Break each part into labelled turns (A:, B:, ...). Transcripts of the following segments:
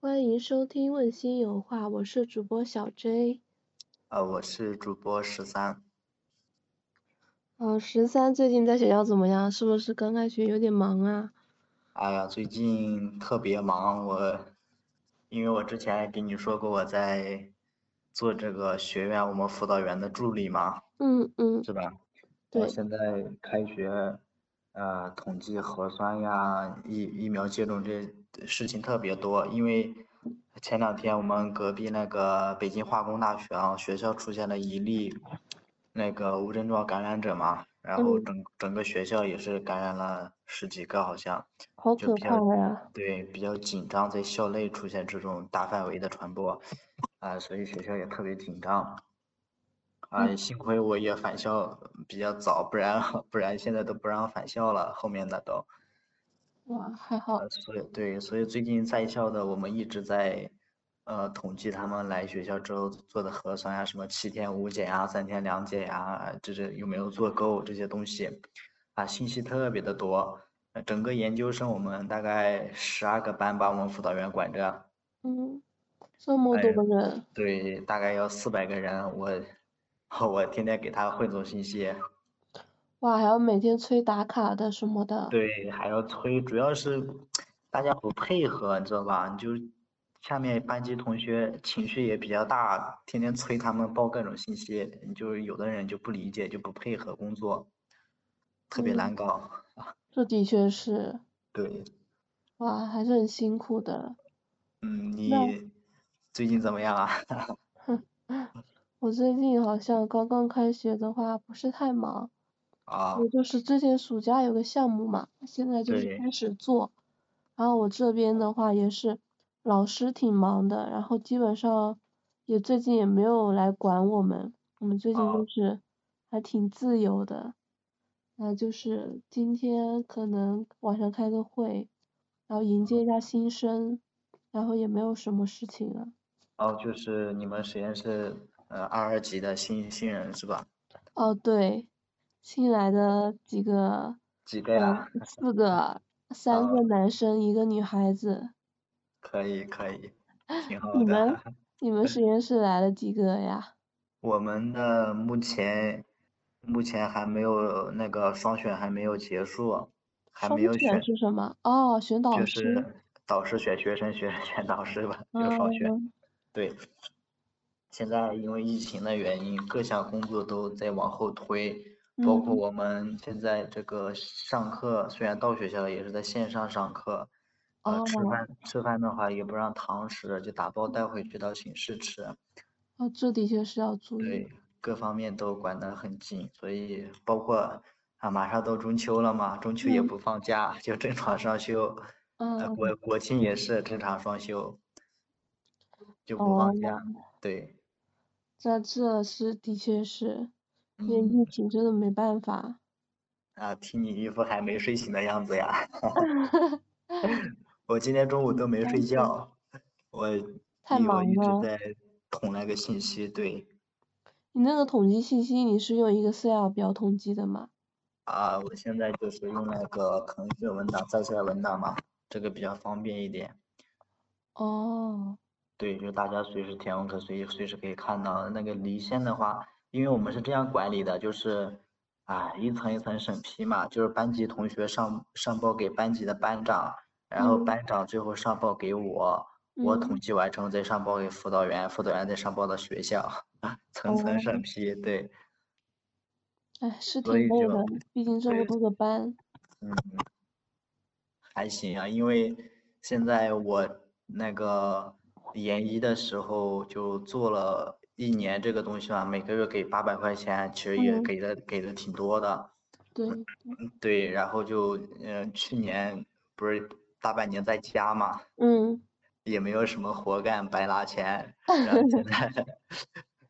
A: 欢迎收听《问心有话》，我是主播小 J。
B: 呃，我是主播十三。
A: 嗯，十三最近在学校怎么样？是不是刚开学有点忙啊？
B: 哎呀，最近特别忙，我因为我之前给你说过我在做这个学院我们辅导员的助理嘛，
A: 嗯嗯，
B: 是吧？我
A: 对，
B: 现在开学，呃，统计核酸呀、疫疫苗接种这事情特别多，因为前两天我们隔壁那个北京化工大学啊，学校出现了一例那个无症状感染者嘛，然后
A: 嗯，
B: 整整个学校也是感染了十几个，好像
A: 好
B: 就
A: 可
B: 比较
A: 怕呀！
B: 对比较紧张，在校内出现这种大范围的传播，啊、所以学校也特别紧张。
A: 嗯
B: 啊，幸亏我也返校比较早，不然 不然现在都不让返校了，后面的都，
A: 哇，还好。
B: 呃，所以对，所以最近在校的我们一直在，呃，统计他们来学校之后做的核酸呀、啊什么七天五检呀、三天两检呀、这是有没有做够这些东西，啊，信息特别的多，呃整个研究生我们大概十二个班吧，我们辅导员管着，
A: 嗯，这么
B: 哎，
A: 多人，
B: 对，大概要四百个人，我 我天天给他汇总信息。
A: 哇，还要每天催打卡的什么的。
B: 对，还要催，主要是大家不配合，你知道吧？就下面班级同学情绪也比较大，天天催他们报各种信息，就是有的人就不理解，就不配合工作，特别
A: 嗯，
B: 难搞。
A: 这的确是，
B: 对，
A: 哇，还是很辛苦的。
B: 嗯，
A: 那，
B: 你最近怎么样啊？
A: 哼，我最近好像刚刚开学的话，不是太忙。我
B: 啊，
A: 就是之前暑假有个项目嘛，现在就是
B: 对，
A: 开始做。然后我这边的话也是，老师挺忙的，然后基本上也最近也没有来管我们，我们最近就
B: 啊，
A: 是还挺自由的。那就是今天可能晚上开个会，然后迎接一下新生，然后也没有什么事情了。
B: 哦，就是你们实验室呃二二级的新新人是吧？
A: 哦，对，新来的几个，
B: 几个
A: 嗯，
B: 呀？
A: 四个，三
B: 啊，
A: 个男生，一个女孩子。
B: 可以可以，挺好
A: 你
B: 的。
A: 们，你们实验室来了几个呀？
B: 我们的目前目前还没有那个双选还没有结束，还
A: 双
B: 没有
A: 选
B: 选，
A: 是什么？哦，选导
B: 就
A: 师。
B: 是导师选学生，学生选导师吧，就双选。
A: 嗯，
B: 对，现在因为疫情的原因，各项工作都在往后推，包括
A: 嗯，
B: 我们现在这个上课，虽然到学校了，也是在线上上课，呃，吃
A: 哦，
B: 饭吃饭的话也不让堂食，就打包带回去到寝室吃。
A: 哦，这的确是要注意。
B: 对，各方面都管得很紧，所以包括啊，马上到中秋了嘛，中秋也
A: 嗯
B: 不放假，就正 常双休，呃，
A: 嗯，
B: 国国庆也是正常双休，就不放
A: 哦，
B: 假。对，
A: 这这是的确是，因为疫
B: 嗯，
A: 情真的没办法。
B: 啊，听你一副还没睡醒的样子呀， 我今天中午都没睡
A: 嗯
B: 觉，我
A: 太
B: 因为我
A: 忙
B: 一直
A: 了。
B: 在统那个信息，对，
A: 你那个统计信息，你是用一个 Excel 表统计的吗？
B: 啊，我现在就是用那个腾讯文档、在线文档嘛，这个比较方便一点。
A: 哦，
B: 对，就是大家随时填空可随随时可以看到那个离线的话，因为我们是这样管理的，就是啊一层一层审批嘛，就是班级同学上上报给班级的班长，然后
A: 嗯
B: 班长最后上报给我，我
A: 嗯，
B: 统计完成再上报给辅导员，辅导员再上报到学校， 层层审
A: 哦，
B: 批，对，
A: 哎，是
B: 所
A: 挺
B: 以
A: 累
B: 就
A: 的，毕竟这么
B: 对，
A: 多个班。
B: 嗯。还行啊，因为现在我那个研一的时候就做了一年这个东西嘛，每个月给八百块钱，其实也
A: 嗯，
B: 给的给的挺多的。嗯
A: 对对，
B: 对，然后就嗯、呃去年不是大半年在家嘛，
A: 嗯，
B: 也没有什么活干，白拿钱。然后现在，
A: 开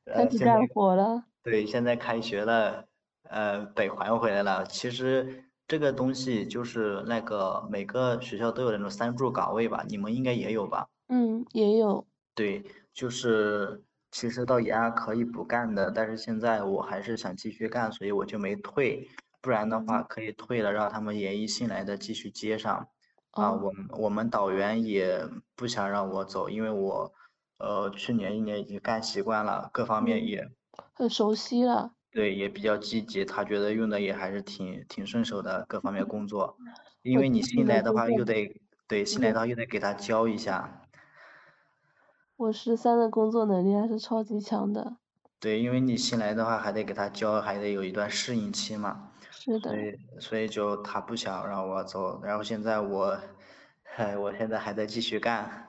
B: 呃，
A: 始
B: 现在
A: 干活了。
B: 对，现在开学了，呃，得还回来了。其实这个东西就是那个每个学校都有那种三助岗位吧，你们应该也有吧？
A: 嗯，也有。
B: 对，就是其实到研二可以不干的，但是现在我还是想继续干，所以我就没退。不然的话
A: 嗯，
B: 可以退了，让他们研一新来的继续接上。啊，
A: 哦，
B: 我们我们导员也不想让我走，因为我，呃，去年一年已经干习惯了，各方面
A: 嗯，
B: 也
A: 很熟悉了。
B: 对也比较积极，他觉得用的也还是挺挺顺手的，各方面工作。因
A: 我
B: 为你
A: 自己
B: 新
A: 没
B: 来的
A: 经
B: 话，又
A: 验，
B: 得对新来的
A: 嗯，
B: 话又得给他教一下，
A: 我十三的工作能力还是超级强的。
B: 对，因为你新来的话还得给他教，还得有一段适应期嘛，
A: 是
B: 所
A: 的，
B: 以所以就他不想让我走，然后现在我， 哎，我现在还在继续干，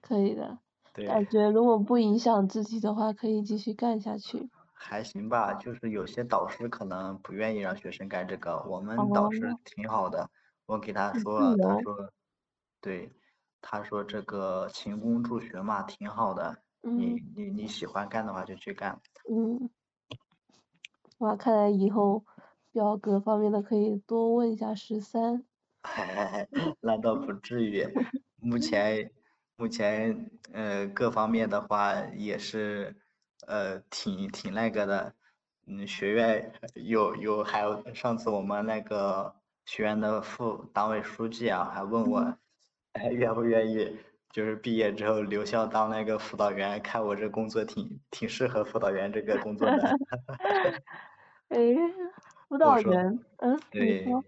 A: 可以的。
B: 对。
A: 感觉如果不影响自己的话，可以继续干下去。
B: 还行吧，就是有些导师可能不愿意让学生干这个，我们导师
A: 哦，
B: 挺好的，我给他
A: 很
B: 说
A: 自
B: 了，他
A: 由。
B: 说，对，他说这个勤工助学嘛，挺好的，你
A: 嗯
B: 你你喜欢干的话就去干，
A: 嗯，哇，看来以后表格方面的可以多问一下十三。
B: 那倒不至于，目前目前呃各方面的话也是呃挺挺那个的，嗯，学院有有还有上次我们那个学院的副党委书记啊还问
A: 嗯，
B: 我，哎愿不愿意就是毕业之后留校当那个辅导员，看我这工作挺挺适合辅导员这个工作的，
A: 诶，哎辅
B: 我
A: 导
B: 说。
A: 员，嗯，你
B: 对，
A: 说，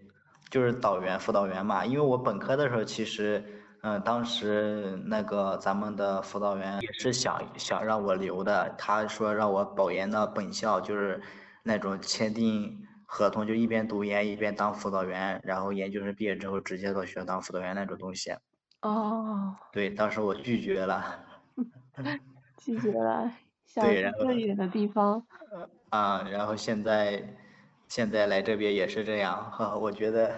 B: 就是导员、辅导员嘛。因为我本科的时候，其实，嗯、当时那个咱们的辅导员也是想想让我留的，他说让我保研到本校，就是那种签订合同，就一边读研一边当辅导员，然后研究生毕业之后直接到学校当辅导员那种东西。
A: 哦，
B: 对，当时我拒绝了。
A: 拒绝了，想
B: 对，
A: 去
B: 然后
A: 更远的地方。
B: 啊，然后现在现在来这边也是这样，哈，我觉得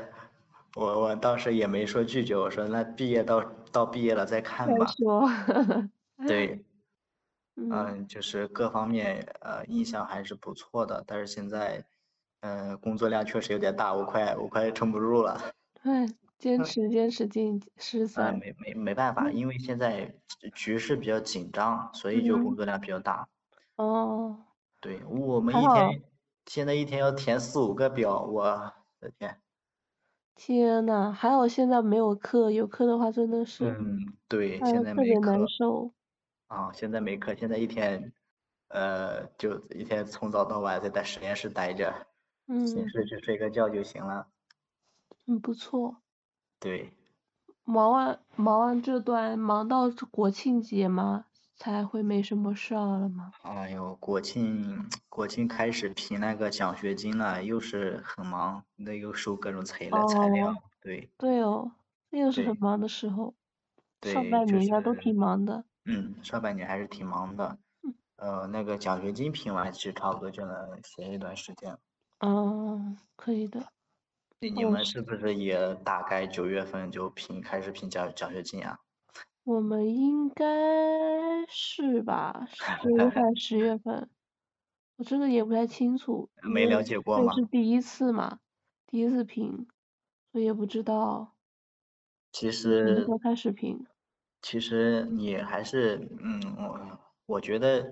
B: 我我当时也没说拒绝，我说那毕业到到毕业了再
A: 再
B: 看吧。
A: 说，
B: 对，
A: 嗯，
B: 嗯，就是各方面呃印象还是不错的，但是现在嗯、呃工作量确实有点大，我快我快撑不住了。
A: 哎，坚持坚持进十
B: 嗯，
A: 三，
B: 没没没办法，
A: 嗯
B: 因为现在局势比较紧张，所以就工
A: 嗯，
B: 作量比较大。
A: 哦，
B: 对，我们
A: 还
B: 一
A: 好，
B: 天现在一天要填四五个表，我的天。
A: 天呐，还好现在没有课，有课的话真的是
B: 嗯，对，
A: 让
B: 现
A: 人
B: 在
A: 特
B: 没
A: 别难
B: 课
A: 受。
B: 啊，现在没课，现在一天，呃，就一天从早到晚就在实验室待着，寝
A: 嗯，
B: 室去睡个觉就行了。
A: 很不错。
B: 对，
A: 忙完忙完这段，忙到这国庆节嘛，才会没什么事儿了嘛。
B: 哎呦，国庆国庆开始批那个奖学金了，又是很忙，那又收各种材料材料，
A: 哦，
B: 对
A: 对哦，那又是很
B: 对
A: 忙的时候，上
B: 对，
A: 半
B: 就
A: 年应
B: 是
A: 该都挺忙的。
B: 嗯，上半年还是挺忙的，
A: 嗯，
B: 呃，那个奖学金评完，其实差不多就能闲一段时间了。
A: 啊，可以的。嗯
B: 你你
A: 我
B: 们
A: 哦是
B: 是不是也大概九月份就评开始评奖奖学金啊？
A: 我们应该是吧， 九月份、十月份，我这个也不太清楚，因
B: 没了
A: 为
B: 解过
A: 这
B: 吗？
A: 是第一次嘛，第一次评，所以也不知道
B: 其
A: 是什么时
B: 实
A: 候开始评。
B: 其实你还是嗯，我我觉得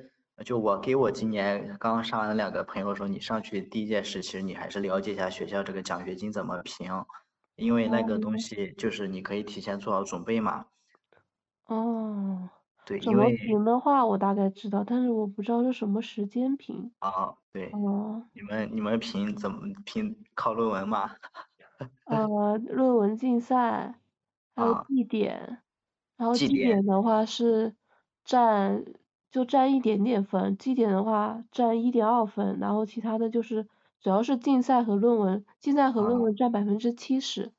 B: 就我给我今年刚上来的两个朋友说，你上去第一件事，其实你还是了解一下学校这个奖学金怎么评，因为那个东
A: 哦，
B: 西就是你可以提前做好准备嘛。
A: 哦，
B: 对，
A: 怎
B: 因
A: 么
B: 为
A: 评的话，我大概知道，但是我不知道是什么时间评。
B: 啊，对，
A: 哦，
B: 你们你们评怎么评靠论文嘛？
A: 呃，论文竞赛，还有
B: 啊，
A: 绩点，然后
B: 绩
A: 绩点
B: 点
A: 的话是占就占一点点分，绩点的话占一点二分，然后其他的就是主要是竞赛和论文，竞赛和论
B: 啊。
A: 文占百分之七十。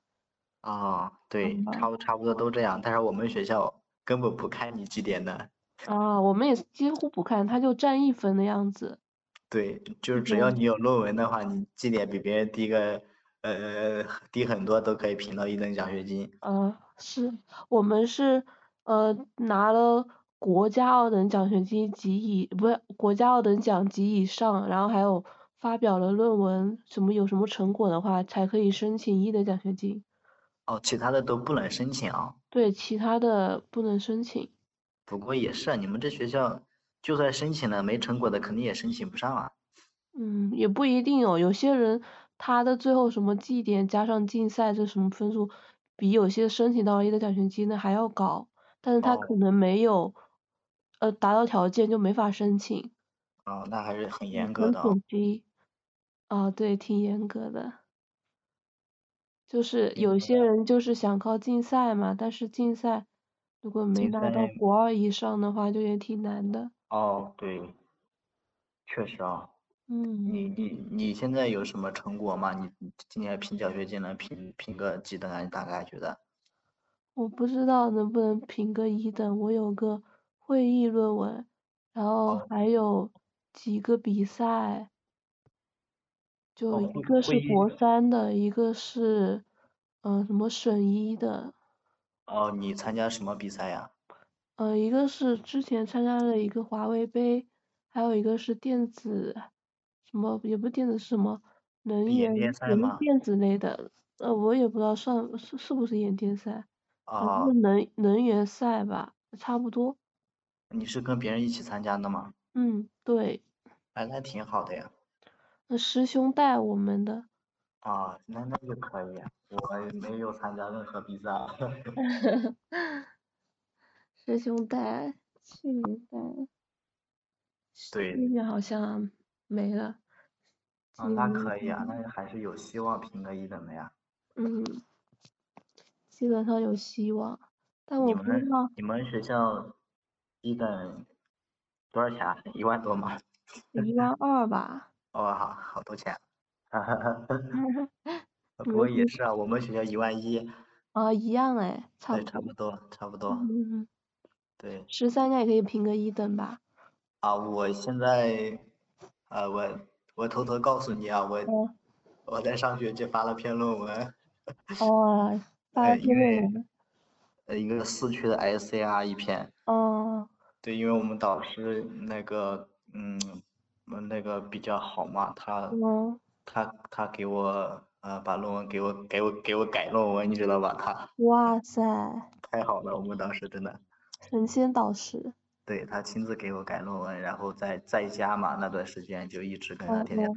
B: 啊，对，
A: 啊
B: 差不差不多都这样，但是我们学校根本不看你绩点的，
A: 啊，我们也是几乎不看，它就占一分的样子。
B: 对，就是是只要
A: 的。
B: 你有论文的话，你绩点比别人低个呃低很多，都可以评到一等奖学金。
A: 呃，是我们是呃拿了国家二等奖学金及以，不是国家二等奖及以上，然后还有发表了论文，什么有什么成果的话，才可以申请一等奖学金。
B: 哦，其他的都不能申请啊。
A: 对，其他的不能申请。
B: 不过也是啊，你们这学校就算申请了没成果的，肯定也申请不上啊。
A: 嗯，也不一定哦。有些人他的最后什么绩点加上竞赛这什么分数，比有些申请到 A 的奖学金的还要高，但是他可
B: 哦
A: 能没有呃达到条件就没法申请，
B: 哦，那还是很
A: 嗯
B: 严格
A: 很
B: 的哦。
A: 可惜。啊，对，挺严格的。就是
B: 明
A: 有些
B: 白。
A: 人就是想靠竞赛嘛，但是竞赛如果没
B: 竞
A: 拿到
B: 赛，嗯
A: 国二以上的话，就也挺难的。
B: 哦，对，确实啊。
A: 嗯，
B: 你你你现在有什么成果吗？你你今年评奖学金能评评个几等啊？你大概觉得？
A: 我不知道能不能评个一等，我有个会议论文，然后
B: 哦
A: 还有几个比赛，就
B: 哦，
A: 一
B: 会
A: 个
B: 会
A: 是
B: 议
A: 国三的，一个是嗯、呃什么省一的，
B: 哦，你参加什么比赛呀？
A: 呃，一个是之前参加了一个华为杯，还有一个是电子什么，也不是电子是什么能
B: 演练
A: 源，
B: 赛
A: 也是
B: 吗？
A: 电子类的，呃，我也不知道算是是不是演电赛，反正
B: 哦，
A: 是能能源赛吧，差不多。
B: 你是跟别人一起参加的吗？
A: 嗯，对，
B: 哎，那挺好的呀。
A: 那师兄带我们的，
B: 啊，那那就可以啊。我没有参加任何比赛。
A: 师兄带，去年带，
B: 对，
A: 去年好像没了，
B: 啊，
A: 今
B: 那
A: 年
B: 可以啊，
A: 嗯
B: 那还是有希望评个一等的呀。
A: 嗯，基本上有希望，但
B: 你
A: 我不知
B: 们
A: 道。
B: 你们学校一等多少钱啊？一万多吗？
A: 一万二吧。
B: 哦，好好多 钱。啊
A: 你
B: 不
A: 们
B: 过
A: 学
B: 也是啊，我们学校一万一，
A: 啊一样哎，差
B: 对，
A: 不
B: 差
A: 多。
B: 不多，差不多，
A: 嗯，
B: 对。
A: 十三应该也可以评个一等吧？
B: 啊，我现在，啊，我我偷偷告诉你啊，我
A: 哦
B: 我在上学期发了篇论文，
A: 哦，发
B: 呃，
A: 了篇
B: 因
A: 论
B: 为
A: 文。
B: 呃一个四区的 SCR 一篇，
A: 哦，
B: 对，因为我们导师那个，嗯，我那个比较好嘛，他
A: 嗯
B: 他他给我呃把论文给我给我给我改论文，你知道吧？他
A: 哇塞，
B: 太好了，我们当时真的。
A: 神仙导师。
B: 对，他亲自给我改论文，然后在在家嘛，那段时间就一直跟他
A: 哦
B: 天天
A: 哦，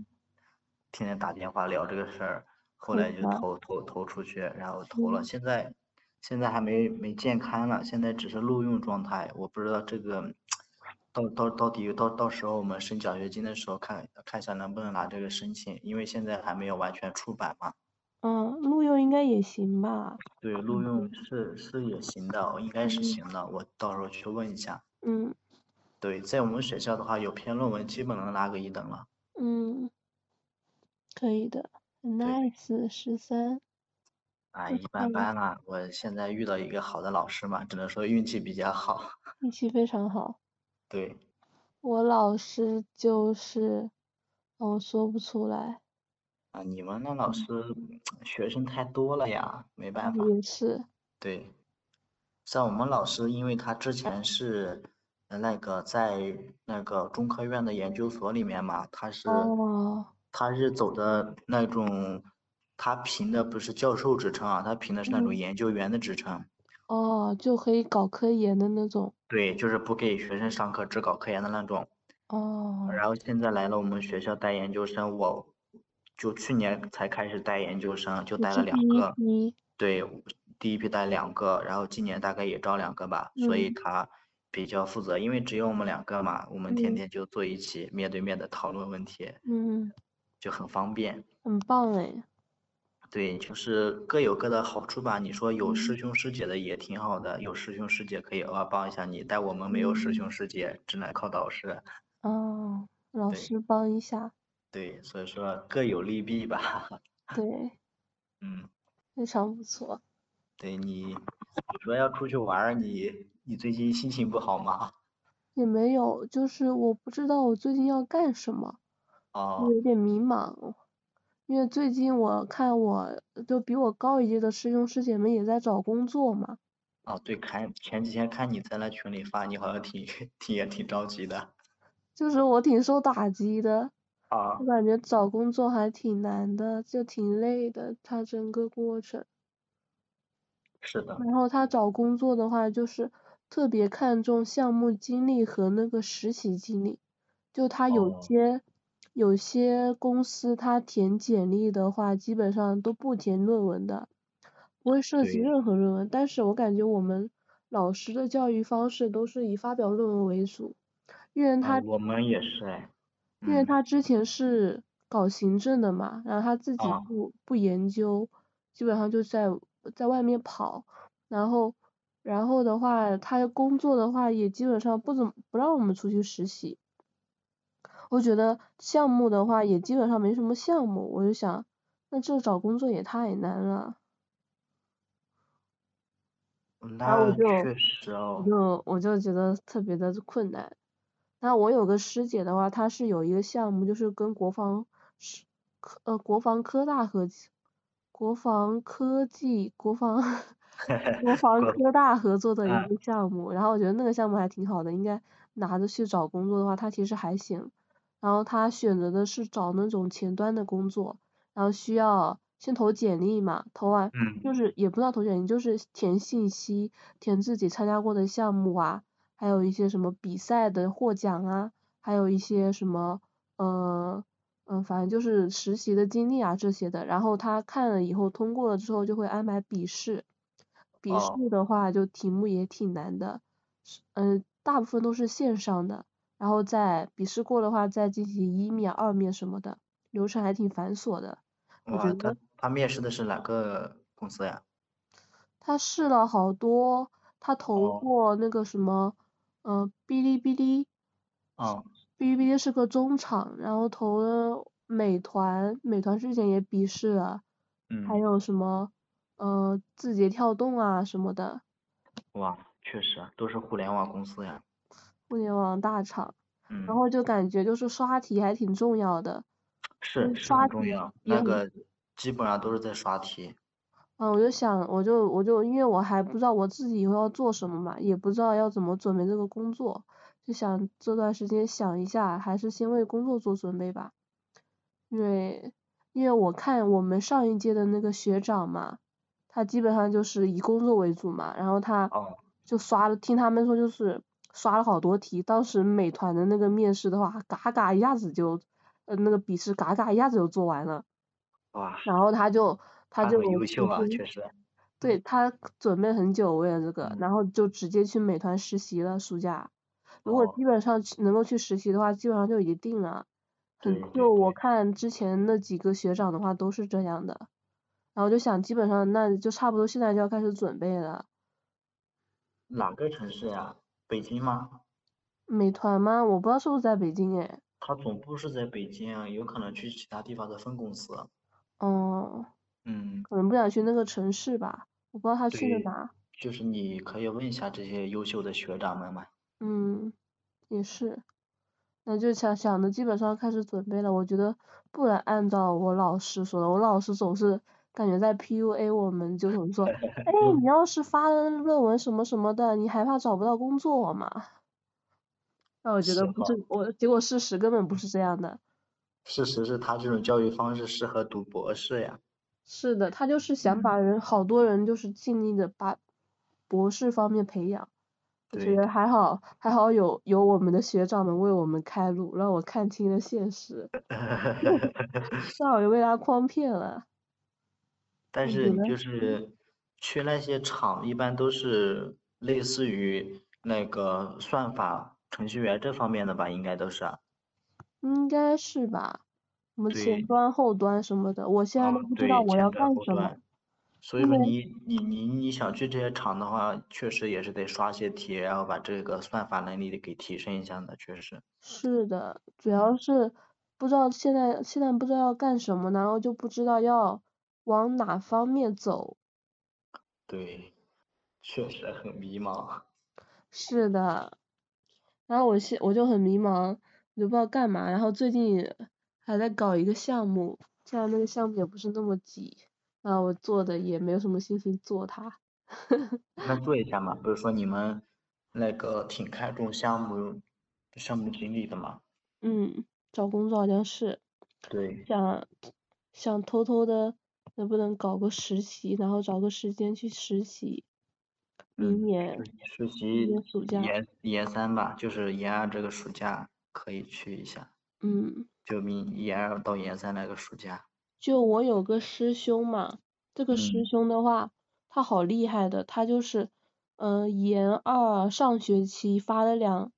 B: 天天打电话聊这个事儿，后
A: 可以
B: 来就
A: 的。
B: 投投投出去，然后投了，
A: 嗯，
B: 现在现在还没没见刊了，现在只是录用状态，我不知道这个到到到底到到时候我们申奖学金的时候看看一下能不能拿这个申请，因为现在还没有完全出版嘛。
A: 嗯，录用应该也行吧？
B: 对，录
A: 嗯
B: 用是是也行的，应该是
A: 嗯
B: 行的，我到时候去问一下。
A: 嗯
B: 对，在我们学校的话，有篇论文基本能拿个一等了。
A: 嗯，可以的，很
B: 对，
A: nice，十三，
B: 啊，
A: 太
B: 一般
A: 棒了，
B: 般啦。我现在遇到一个好的老师嘛，只能说运气比较好。
A: 运气非常好。
B: 对，
A: 我老师就是，哦，我说不出来。
B: 啊，你们那老师
A: 嗯
B: 学生太多了呀，没办法。
A: 也是，
B: 对，像我们老师，因为他之前是呃那个在那个中科院的研究所里面嘛，他是
A: 哦，
B: 他是走的那种，他评的不是教授职称啊，他评的是那种
A: 嗯，
B: 研究员的职称。
A: 哦，就可以搞科研的那种，
B: 对，就是不给学生上课，只搞科研的那种。
A: 哦，
B: 然后现在来了我们学校带研究生，我就去年才开始带研究生，就
A: 你
B: 带
A: 是
B: 了两
A: 第一
B: 个，
A: 批，
B: 对，第一批带两个，然后今年大概也招两个吧，所以
A: 嗯
B: 他比较负责，因为只有我们两个嘛，我们天
A: 嗯
B: 天就坐一起，面对面的讨论问题，
A: 嗯，
B: 就很方便。
A: 很棒哎，
B: 对，就是各有各的好处吧。你说有师
A: 嗯
B: 兄师姐的也挺好的，有师兄师姐可以偶尔帮一下你，但我们没有师
A: 嗯，
B: 兄师姐，只能靠导师。
A: 哦，老
B: 对
A: 师帮一下，
B: 对，所以说各有利弊吧。
A: 对，
B: 嗯，
A: 非常不错。
B: 对你，你说要出去玩儿，你你最近心情不好吗？
A: 也没有，就是我不知道我最近要干什么，我
B: 哦
A: 有点迷茫，因为最近我看我就比我高一届的师兄师姐们也在找工作嘛。
B: 哦，对，看前几天看你在那群里发，你好像挺挺也挺着急的。
A: 就是我挺受打击的，
B: 啊，
A: 我感觉找工作还挺难的，就挺累的，它整个过程。
B: 是的，
A: 然后他找工作的话，就是特别看重项目经理和那个实习经理，就他有
B: 哦
A: 些有些公司他填简历的话，基本上都不填论文的，不会涉及
B: 对，
A: 任何论文，但是我感觉我们老师的教育方式都是以发表论文为主，因为
B: 啊，
A: 他
B: 我们也是哎，
A: 因为
B: 嗯，
A: 他之前是搞行政的嘛，然后他自己
B: 啊，
A: 不不研究，基本上就在在外面跑，然后然后的话，他工作的话也基本上不怎么不让我们出去实习。我觉得项目的话也基本上没什么项目，我就想，那这找工作也太难了。然啊后我
B: 嗯那
A: 就
B: 确实
A: 我
B: 哦，
A: 就我就觉得特别的困难。那我有个师姐的话，她是有一个项目，就是跟国防是科呃国防科大合计，国防科技国 防国防
B: 国，
A: 科大合作的一
B: 啊，
A: 个项目。然后我觉得那个项目还挺好的，应该拿着去找工作的话，它其实还行。然后他选择的是找那种前端的工作，然后需要先投简历嘛，投完
B: 嗯，
A: 就是也不知道投简历，就是填信息，填自己参加过的项目啊，还有一些什么比赛的获奖啊，还有一些什么呃嗯、呃，反正就是实习的经历啊这些的。然后他看了以后通过了之后，就会安排笔试。笔试
B: 哦，
A: 的话，就题目也挺难的，是嗯、大部分都是线上的。然后再笔试过的话，再进行一面、二面什么的，流程还挺繁琐的。我觉
B: 哇，他
A: 得
B: 他面试的是哪个公司呀？
A: 他试了好多，他投
B: 哦，
A: 过那个什么，呃，哔哩哔哩，
B: 哦，
A: 哔哩哔哩是个中场，然后投了美团，美团之前也笔试了，还
B: 嗯，
A: 有什么，呃，字节跳动啊什么的，
B: 哇，确实啊，都是互联网公司呀，
A: 互联网大厂，然
B: 嗯，
A: 后就感觉就是刷题还挺重要的，就是是
B: 是很
A: 刷
B: 重
A: 题
B: 要，
A: 也
B: 那
A: 很
B: 个基本上都是在刷题，
A: 嗯，我就想，我就我就因为我还不知道我自己以后要做什么嘛，也不知道要怎么准备这个工作，就想这段时间想一下，还是先为工作做准备吧。因为因为我看我们上一届的那个学长嘛，他基本上就是以工作为主嘛，然后他
B: 哦，
A: 就刷了，听他们说就是刷了好多题。当时美团的那个面试的话，嘎嘎一下子就，呃，那个笔试嘎嘎一下子就做完了。
B: 哇，
A: 然后他就他
B: 他
A: 就
B: 很优秀
A: 直
B: 啊，
A: 接，
B: 确实，
A: 对，他准备很久为了这个，
B: 嗯，
A: 然后就直接去美团实习了暑假。如果
B: 哦，
A: 基本上去能够去实习的话，基本上就已经定了。很
B: 对对
A: 就我
B: 对，
A: 看之前那几个学长的话都是这样的，然后就想基本上那就差不多现在就要开始准备了。嗯
B: 哪个城市呀？北京吗？
A: 美团吗？我不知道是不是在北京诶。
B: 它总部是在北京啊，有可能去其他地方的分公司。
A: 哦，
B: 嗯，
A: 可能不想去那个城市吧，我不知道他去了
B: 对，
A: 哪。
B: 就是你可以问一下这些优秀的学长们嘛。
A: 嗯，也是。那就想想着基本上开始准备了。我觉得不能按照我老师说的，我老师总是感觉在 PUA 我们，就总 说，哎，你要是发了论文什么什么的，你还怕找不到工作吗？那我觉
B: 是
A: 得不
B: 哈，
A: 是我，结果事实根本不是这样的。
B: 事实是他这种教育方式适合读博士呀。
A: 是的，他就是想
B: 嗯，
A: 把人，好多人就是尽力的把博士方面培养。我觉
B: 对
A: 得
B: 对，
A: 还好，还好有有我们的学长们为我们开路，让我看清了现实，让我被他诓骗了。
B: 但
A: 我
B: 是
A: 觉
B: 你
A: 得。
B: 就是去那些厂，一般都是类似于那个算法、程序员这方面的吧，应该都是啊。
A: 应该是吧，什么前
B: 对，
A: 端、后端什么的，我现在
B: 啊，
A: 都不知道
B: 对，
A: 我要
B: 前端、
A: 干
B: 后
A: 什么，
B: 端。所以
A: 因
B: 说
A: 为
B: 你你你你想去这些厂的话，确实也是得刷些题，然后把这个算法能力给提升一下的，确实。
A: 是的，主要
B: 嗯，
A: 是不知道现在现在不知道要干什么，然后就不知道要往哪方面走。
B: 对，确实很迷茫。
A: 是的，然后我现我就很迷茫，我就不知道干嘛。然后最近还在搞一个项目，现在那个项目也不是那么急，然后我做的也没有什么心情做它。
B: 那做一下嘛，不是说你们那个挺看重项目项目经理的嘛？
A: 嗯，找工作好像是。
B: 对，
A: 想想偷偷的，能不能搞个实习，然后找个时间去实习，明
B: 嗯，
A: 年
B: 实实
A: 明年
B: 习
A: 暑假，
B: 研研三吧，就是研二这个暑假可以去一下，
A: 嗯，
B: 就明研二到研三那个暑假。
A: 就我有个师兄嘛，这个师
B: 嗯，
A: 兄的话。他好厉害的，他就是嗯、呃研二上学期发了两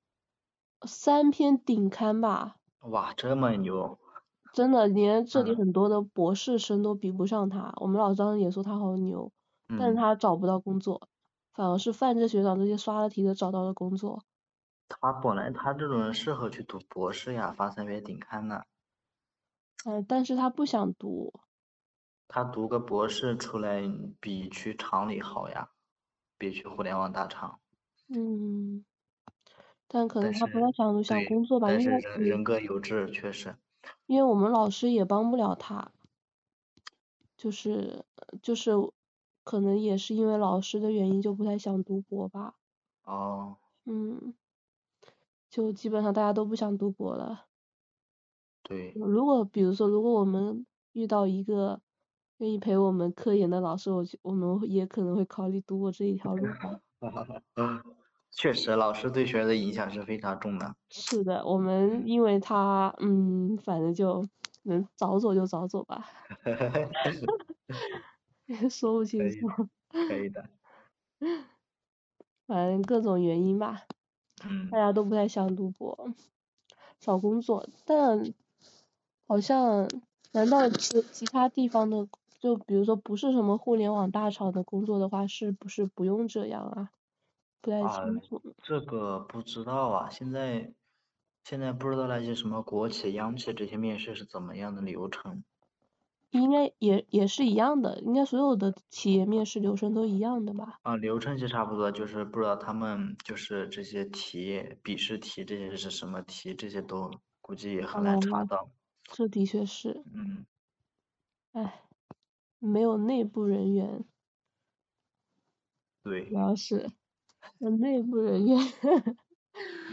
A: 三篇顶刊吧，
B: 哇，这么牛，
A: 真的连这里
B: 嗯
A: 很多的博士生都比不上他。我们老师当时也说他好牛，但是
B: 嗯，
A: 他找不到工作，反而是范志学长这些刷了题的找到了工作。
B: 他本来他这种人适合去读博士呀，发三篇顶刊呢。
A: 嗯，但是他不想读，
B: 他读个博士出来比去厂里好呀，比去互联网大厂。
A: 嗯，但可能
B: 但
A: 他不太
B: 是，
A: 想读，想
B: 对，
A: 工作吧，
B: 但
A: 因
B: 是
A: 为
B: 人人
A: 嗯，
B: 各有志，确实，
A: 因为我们老师也帮不了他，就是就是可能也是因为老师的原因，就不太想读博吧，
B: 哦，
A: 嗯，就基本上大家都不想读博了。
B: 对，
A: 如果比如说，如果我们遇到一个愿意陪我们科研的老师，我就我们也可能会考虑读我这一条路吧。
B: 确实，老师对学生的影响是非常重的。
A: 是的，我们
B: 嗯，
A: 因为他，嗯，反正就能早走就早走吧， 说不清
B: 可以，
A: 楚，
B: 可以的。
A: 反正各种原因吧，大
B: 嗯，
A: 家都不太想读博，找工作，但好像难道其其他地方的，就比如说不是什么互联网大厂的工作的话，是不是不用这样啊？不太
B: 啊，
A: 清楚。
B: 这个不知道啊，现在现在不知道那些什么国企、央企这些面试是怎么样的流程。
A: 应该也也是一样的，应该所有的企业面试流程都一样的吧？
B: 啊，流程是差不多，就是不知道他们就是这些题、笔试题这些是什么题，这些都估计也很难查
A: 哦，
B: 到。
A: 这的确是，
B: 嗯，
A: 唉，没有内部人员，主
B: 对，
A: 要是有内部人员，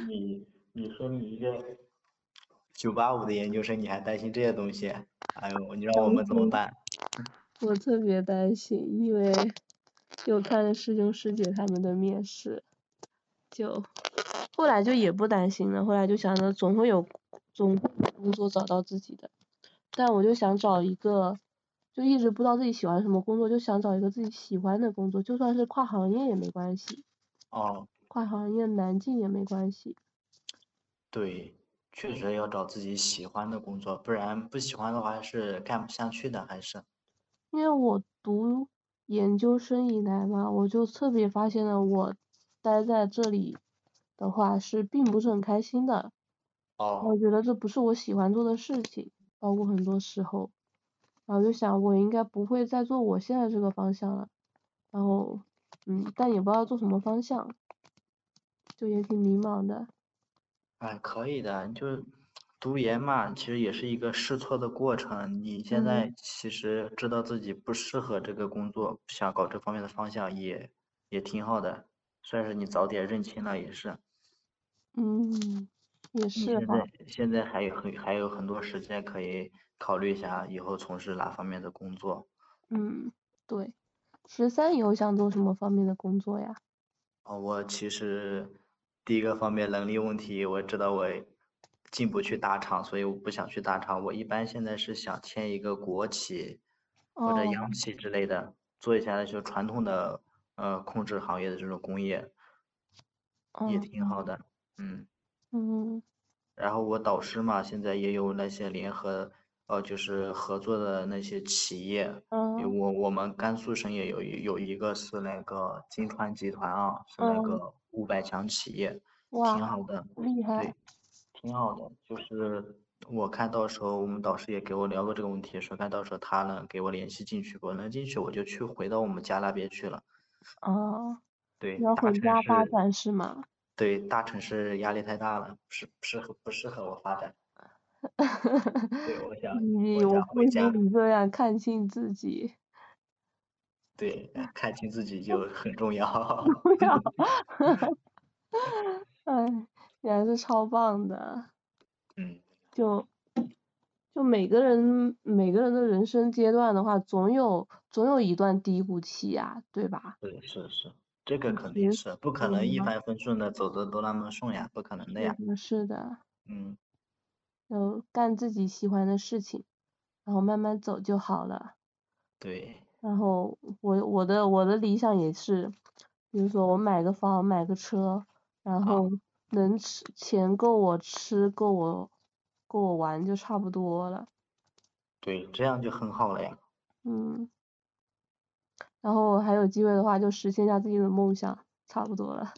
B: 你你说你一个九八五的研究生，你还担心这些东西？哎呦，你让
A: 我
B: 我们怎么
A: 特
B: 办？
A: 我特别担心，因为有看了师兄师姐他们的面试，就后来就也不担心了，后来就想着总会有总会有工作找到自己的，但我就想找一个，就一直不知道自己喜欢什么工作，就想找一个自己喜欢的工作，就算是跨行业也没关系，
B: 哦，
A: 跨行业难进也没关系。
B: 对，确实要找自己喜欢的工作，不然不喜欢的话是干不下去的，还是。
A: 因为我读研究生以来嘛，我就特别发现了，我待在这里的话是并不是很开心的，我
B: 哦，
A: 觉得这不是我喜欢做的事情，包括很多时候，然后就想我应该不会再做我现在这个方向了，然后嗯，但也不知道做什么方向。就也挺迷茫的。
B: 哎，可以的，就是读研嘛，其实也是一个试错的过程。你现在
A: 嗯，
B: 其实知道自己不适合这个工作，不想搞这方面的方向也也挺好的，算是你早点认清了也是。
A: 嗯，也
B: 你
A: 是
B: 现在
A: 哈。
B: 现在还有很还有很多时间可以考虑一下以后从事哪方面的工作。
A: 嗯，对。十三以后想做什么方面的工作呀？
B: 哦，我其实第一个方面能力问题，我知道我进不去大厂，所以我不想去大厂。我一般现在是想签一个国企或者央
A: 哦，
B: 企之类的，做一下那些传统的呃控制行业的这种工业，也
A: 哦，
B: 挺好的。嗯，
A: 嗯，
B: 然后我导师嘛，现在也有那些联合呃就是合作的那些企业，有
A: 嗯，
B: 我我们甘肃省也有一有一个是那个金川集团啊，是那
A: 嗯，
B: 个五百强企业，挺
A: 哇，
B: 好的。
A: 厉害。
B: 对，挺好的，就是我看到时候我们导师也给我聊过这个问题，说看到时候他能给我联系进去，我能进去我就去回到我们家那边去了。
A: 哦，你
B: 对，
A: 要
B: 大
A: 回
B: 城
A: 家发
B: 市，
A: 展是吗？
B: 对，大城市压力太大了，不适不适合不适合我发展。对，我想
A: 你，
B: 呃我
A: 我
B: 想回
A: 不行，
B: 家，
A: 你这样看清自己，
B: 对，看清自己就很 重要。
A: 不要，哎，你还是超棒的。
B: 嗯，
A: 就就每个人每个人的人生阶段的话，总有总有一段低谷期呀、对吧？
B: 对，是是，这个
A: 你
B: 肯定
A: 其实
B: 是不可
A: 对
B: 能一
A: 嗯吗？
B: 帆风顺的走的都那么顺呀，不可能的
A: 是
B: 呀。
A: 的，是的，
B: 嗯，
A: 就干自己喜欢的事情，然后慢慢走就好了。
B: 对。
A: 然后我我的我的理想也是，比如说我买个房，买个车，然后能吃钱够我吃，够我够我玩就差不多了。
B: 对，这样就很好了 呀。
A: 嗯，然后还有机会的话，就实现一下自己的梦想，差不多了。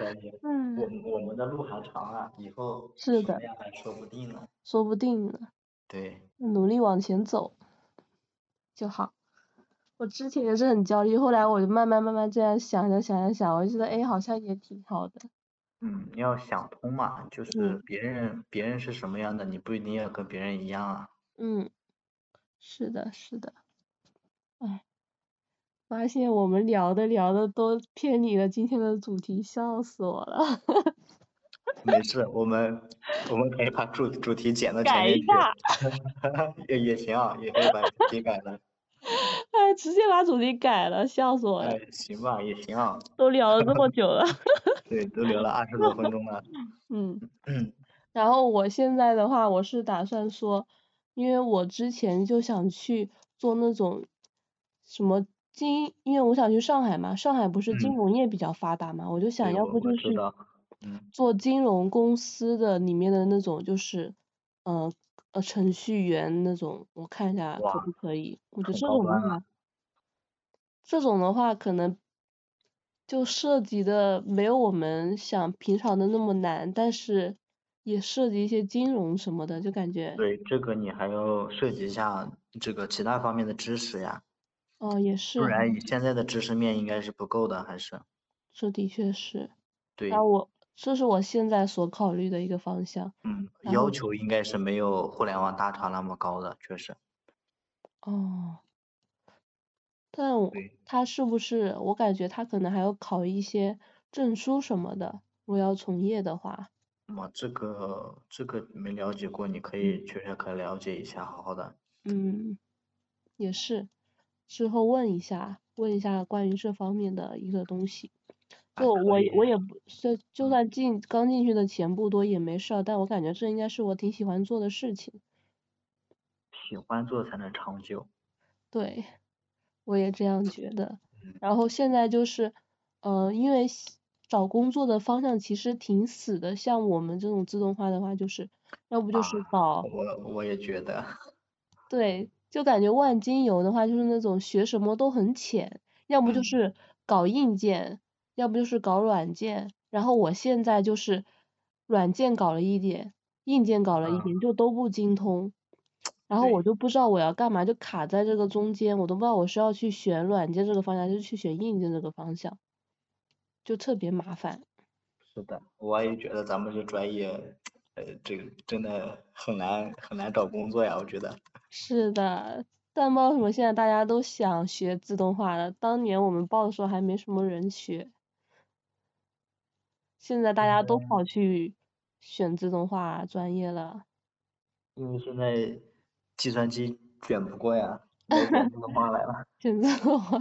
B: 感觉我
A: 嗯，
B: 们我们的路还长啊，以后
A: 是
B: 什
A: 的
B: 么样还说不定呢。
A: 说不定呢，
B: 对，
A: 努力往前走就好。我之前也是很焦虑，后来我就慢慢慢慢这样想着想着想，我就觉得哎，好像也挺好的。
B: 嗯，你要想通嘛，就是
A: 嗯
B: 别人别人是什么样的，你不一定要跟别人一样啊。
A: 嗯，是的，是的。哎，发现我们聊的聊的都偏离了今天的主题，笑死我了。
B: 没事，我们我们可以把主主题剪到前
A: 改
B: 面
A: 一
B: 去，
A: 下，
B: 也也行啊，也可以把主题改了。
A: 哎， 直接把主题改了，笑 死我了。
B: 哎，行吧，也行啊。
A: 都聊了这 么久了，
B: 对，都聊了二十多分钟 了。
A: 嗯。
B: 嗯，
A: 然后我现在的话，我是打算说，因为我之前就想去做那种什么金，因为我想去上海嘛，上海不是金
B: 嗯
A: 融业比较发达嘛，我就想
B: 对，
A: 要
B: 我
A: 不
B: 我
A: 就
B: 知
A: 是
B: 道。嗯
A: 做金融公司的里面的那种，就是呃呃程序员那种，我看一下可
B: 哇，
A: 不可以？我觉得
B: 很
A: 这
B: 高
A: 种的
B: 端啊。
A: 话，这种的话可能就涉及的没有我们想平常的那么难，但是也涉及一些金融什么的，就感觉
B: 对，这个你还要涉及一下这个其他方面的知识呀，
A: 哦也
B: 不
A: 是哈，
B: 然你现在的知识面应该是不够的，还是
A: 这的确是。然后
B: 对，
A: 我这是我现在所考虑的一个方向，
B: 嗯，
A: 然
B: 要
A: 后
B: 求应该是没有互联网大厂那么高的，确实，
A: 哦，但我
B: 对，
A: 他是不是我感觉他可能还要考一些证书什么的，如果要从业的话，
B: 我这个这个没了解过，你可
A: 嗯
B: 以确实可以了解一下，好好的，
A: 嗯也是，之后问一下问一下关于这方面的一个东西。
B: 还
A: 就
B: 可
A: 我也
B: 以，
A: 我也不是，就
B: 嗯，
A: 算进刚进去的钱不多也没事儿，但我感觉这应该是我挺喜欢做的事情。
B: 喜欢做才能长久，
A: 对，我也这样觉得。
B: 嗯，
A: 然后现在就是，呃，因为西找工作的方向其实挺死的，像我们这种自动化的话，就是要不就是
B: 啊，
A: 搞，
B: 我我也觉得，
A: 对，就感觉万金油的话就是那种学什么都很浅，要不就
B: 嗯，
A: 是搞硬件，要不就是搞软件。然后我现在就是软件搞了一点，硬件搞了一
B: 啊，
A: 点，就都不精通。然后我
B: 对，
A: 就不知道我要干嘛，就卡在这个中间，我都不知道我是要去选软件这个方向，还是去选硬件这个方向，就特别麻烦。
B: 是的，我也觉得咱们这专业，呃，这个真的很难很难找工作呀，我觉得。
A: 是的，但不知道为什么现在大家都想学自动化了，当年我们报的时候还没什么人学，现在大
B: 因
A: 家都
B: 为
A: 跑去选自动化专业了。
B: 因为现在计算机卷不过 呀，来卷自动化来了。
A: 选自动化，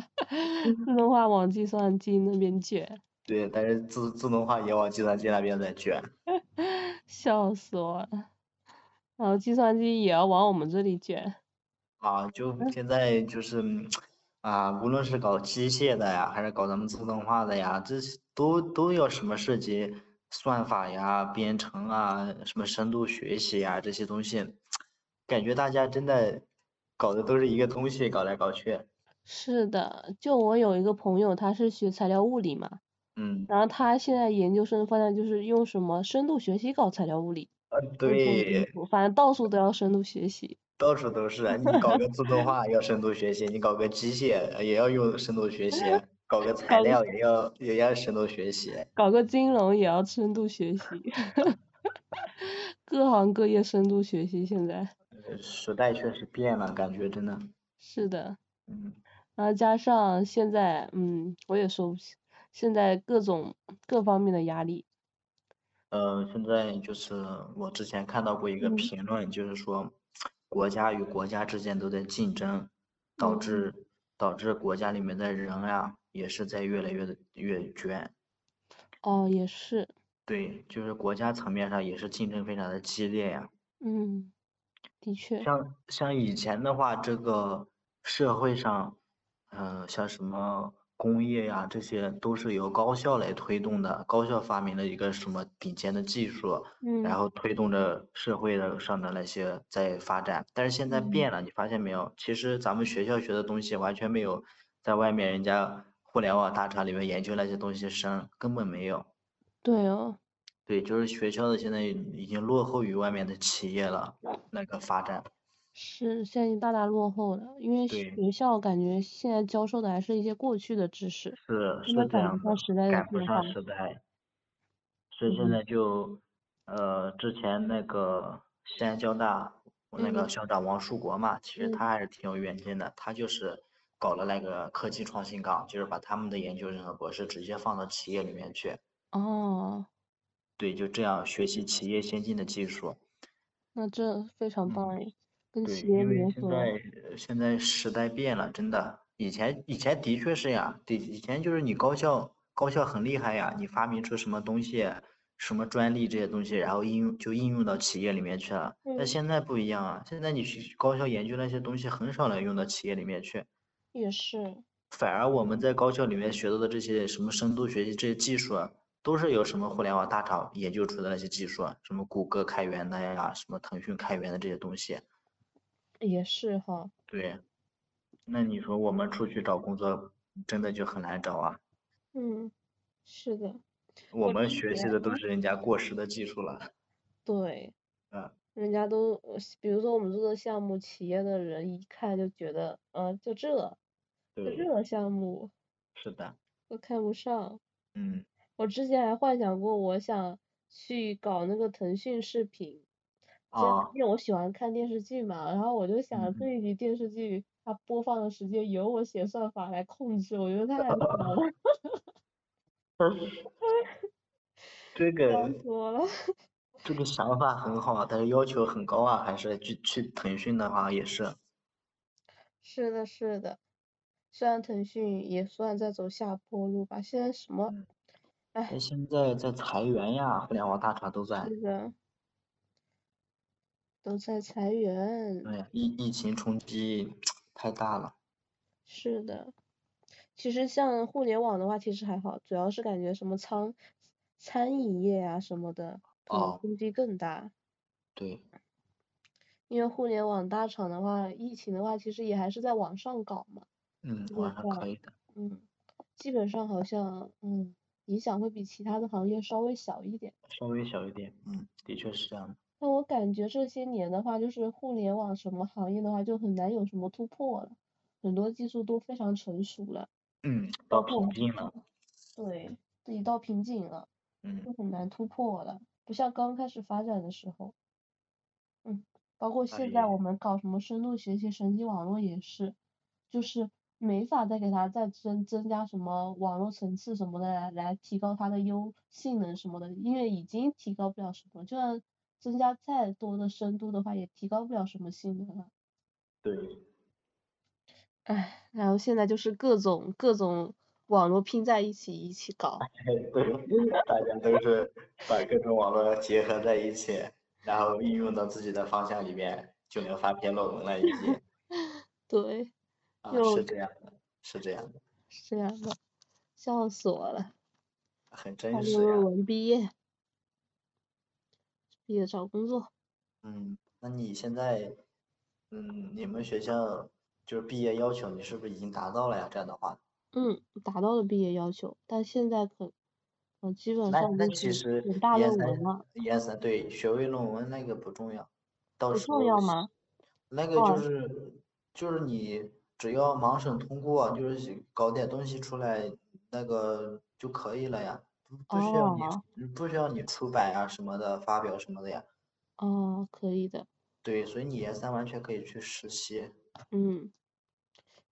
A: 自动化往计算机那边卷，
B: 对，但是自自动化也往计算机那边在卷。
A: 笑死我了。然后计算机也要往我们这里卷。
B: 啊，就
A: 嗯
B: 现在就是嗯啊，无论是搞机械的呀，还是搞咱们自动化的呀，这些都都要什么涉及算法呀、编程啊、什么深度学习呀这些东西，感觉大家真的搞的都是一个东西，搞来搞去。
A: 是的，就我有一个朋友，他是学材料物理嘛，
B: 嗯，
A: 然后他现在研究生的方向就是用什么深度学习搞材料物理，
B: 呃，
A: 我也搞不清
B: 对，
A: 楚，反正到处都要深度学习。
B: 到处都是啊！你搞个自动化要深度学习，你搞个机械呃也要用深度学习，搞个材
A: 搞个
B: 料也要也要深度学习。
A: 搞个金融也要深度学习， 各行各业深度学习。现在
B: 呃时代确实变了，感觉真的，
A: 是的，
B: 嗯，
A: 然后加上现在，嗯，我也说不清，现在各种各方面的压力，
B: 呃，现在就是我之前看到过一个
A: 嗯
B: 评论，就是说国家与国家之间都在竞争，导
A: 嗯，
B: 致导致国家里面的人啊也是在越来越的越卷。
A: 哦，也是，
B: 对，就是国家层面上也是竞争非常的激烈呀。
A: 嗯，的确，
B: 像像以前的话，这个社会上，呃，像什么工业呀，这些都是由高校来推动的，高校发明了一个什么顶尖的技术，然
A: 嗯
B: 后推动着社会的上的那些在发展。但是现在
A: 嗯
B: 变了，你发现没有？其实咱们学校学的东西完全没有在外面人家互联网大厂里面研究那些东西深，根本没有。
A: 对哦，
B: 对，就是学校的现在已经落后于外面的企业了，那个发展。
A: 是现在已经大大落后了，因为
B: 对。
A: 学校感觉现在教授的还是一些过去的知识，
B: 是
A: 根
B: 是
A: 本
B: 这
A: 赶不
B: 样
A: 上
B: 的，
A: 时代的
B: 赶不
A: 变
B: 上
A: 化。
B: 时代，所以现
A: 嗯
B: 在就，呃，之前那个西安交大我那个
A: 嗯
B: 校长王树国嘛，其实
A: 嗯
B: 他还是挺有远见的，他就是搞了那个科技创新岗，就是把他们的研究生和博士直接放到企业里面去，
A: 哦，
B: 对，就这样学习企业先进的技术，
A: 那这非常棒
B: 嗯。
A: 诶，跟
B: 对，
A: 企业
B: 因为
A: 联
B: 现
A: 合，
B: 在呃现在时代变了，真的。以前以前的确是呀，对，以前就是你高校高校很厉害呀，你发明出什么东西，什么专利这些东西，然后应用就应用到企业里面去了。但
A: 嗯，
B: 现在不一样啊，现在你去高校研究那些东西很少能用到企业里面去，
A: 也是，
B: 反而我们在高校里面学到的这些什么深度学习这些技术啊，都是由什么互联网大厂研究出的那些技术啊，什么谷歌开源的呀，什么腾讯开源的这些东西，
A: 也是哈。
B: 对。那你说我们出去找工作，真的就很难找啊。
A: 嗯，是的，
B: 我
A: 我
B: 们
A: 之
B: 学习
A: 前
B: 的都是人家过时的技术了，
A: 对
B: 嗯，
A: 人家都，呃比如说我们做的项目，企业的人一看就觉得，呃，就这，就
B: 对，
A: 这项目
B: 是的，
A: 都看不上。
B: 嗯，
A: 我之前还幻想过，我想去搞那个腾讯视频，这样，
B: 啊，
A: 因为我喜欢看电视剧嘛，然后我就
B: 嗯
A: 想这
B: 嗯，
A: 一集电视剧它播放的时间由我写算法来控制，我觉得太爽 了，
B: 这
A: 笑
B: 个
A: 死我了。
B: 这个想法很好，但是要求很高啊，还是去去腾讯的话也是，
A: 是的，是的。虽然腾讯也算在走下坡路吧，现在什么，
B: 嗯，
A: 哎，
B: 但现在在裁员呀，互联网大厂都在，
A: 这个都在裁员。
B: 对，疫哎疫情冲击太大了，
A: 是的，其实像互联网的话，其实还好，主要是感觉什么餐餐饮业啊什么的，可能
B: 哦，
A: 冲击更大。
B: 对，
A: 因为互联网大厂的话，疫情的话，其实也还是在网上搞嘛，
B: 嗯，
A: 基本
B: 网上可
A: 上，
B: 以的，
A: 嗯，基本上好像，嗯，影响会比其他的行业稍微小一点。
B: 稍微小一点，嗯，的确是这样的，
A: 但我感觉这些年的话，就是互联网什么行业的话，就很难有什么突破了，很多技术都非常成熟了，
B: 嗯，
A: 包
B: 到瓶
A: 括
B: 颈了，
A: 对自己到瓶颈了，
B: 嗯。
A: 就很难突破了，不像刚开始发展的时候，嗯，包括现在
B: 哎，
A: 我们搞什么深度学习、神经网络也是，就是没法再给它再增增加什么网络层次什么的来来提高它的优性能什么的，因为已经提高不了什么，就算增加再多的深度的话，也提高不了什么性能了。
B: 对，
A: 唉，然后现在就是各种各种网络拼在一起一起搞，
B: 对，大家都是把各种网络结合在一起，然后应用
A: 嗯，
B: 到自己的方向里面，就能发篇论文了，已经
A: 对，
B: 啊，
A: 又
B: 是这样的，是这样的，
A: 是这样的，笑死我了，
B: 很
A: 快
B: 真
A: 点
B: 实
A: 论
B: 呀。
A: 文毕业，毕业找工作。
B: 嗯，那你现在，嗯，你们学校就是毕业要求，你是不是已经达到了呀？这样的话，
A: 嗯，达到了毕业要求，但现在可，呃，基本
B: 那
A: 上
B: 那
A: 就
B: 其
A: 是
B: 实
A: 写大
B: 研
A: 论文
B: 三
A: 了，
B: 研三对学位论文那个不重要，到
A: 不
B: 时
A: 重
B: 候
A: 要吗？
B: 那个就
A: 哦，
B: 是就是你只要盲审通过，啊就是写搞点东西出来，那个就可以了呀，不不需要你
A: 哦，
B: 不需要你出版啊什么的，发表什么的呀。
A: 哦，可以的，
B: 对，所以你研三完全可以去实习，
A: 嗯，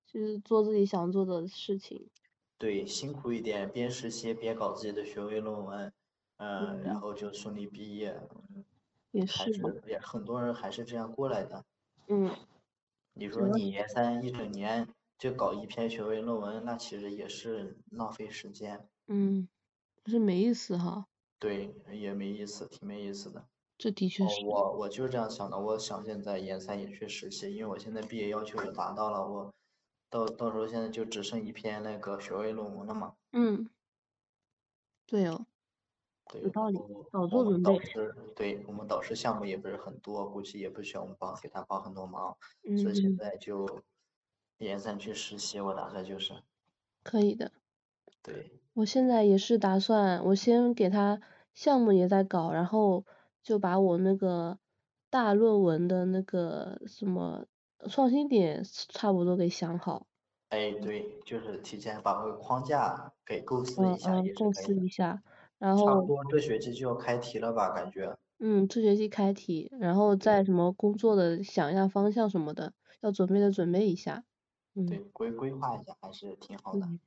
A: 就是做自己想做的事情，
B: 对，辛苦一点，边实习边搞自己的学位论文，嗯，然
A: 嗯，
B: 后就顺利毕业，嗯，
A: 也
B: 还
A: 是的，
B: 是也很多人还是这样过来的。
A: 嗯，
B: 你
A: 主
B: 说
A: 要
B: 你研三一整年就搞一篇学位论文，那其实也是浪费时间，
A: 嗯，就是没意思哈，
B: 对，也没意思，挺没意思的。
A: 这的确
B: 哦
A: 是，
B: 我我就是这样想的，我想现在研三也去实习，因为我现在毕业要求也达到了，我到到时候现在就只剩一篇那个学位论文了嘛。
A: 嗯，对哦，
B: 对，
A: 有道
B: 然
A: 理，
B: 后
A: 早
B: 我
A: 做
B: 们
A: 准
B: 导
A: 备。
B: 师，对，我们导师项目也不是很多，估计也不需要我们帮给他帮很多忙，所以现
A: 嗯，
B: 在就研三去实习，我打算就是
A: 可以的。
B: 对，
A: 我现在也是打算，我先给他项目也在搞，然后就把我那个大论文的那个什么创新点差不多给想好，
B: 哎，对，就是提前把那个框架给构思
A: 嗯
B: 一下
A: 嗯，
B: 也是
A: 构
B: 可以
A: 思
B: 的，
A: 一下，然
B: 差不
A: 后
B: 多这学期就要开题了吧，感觉，
A: 嗯，这学期开题，然后再
B: 对
A: 什么工作的想一下方向什么的，要准备的准备一下，
B: 对，
A: 嗯，
B: 规规划一下还是挺好的。
A: 对。嗯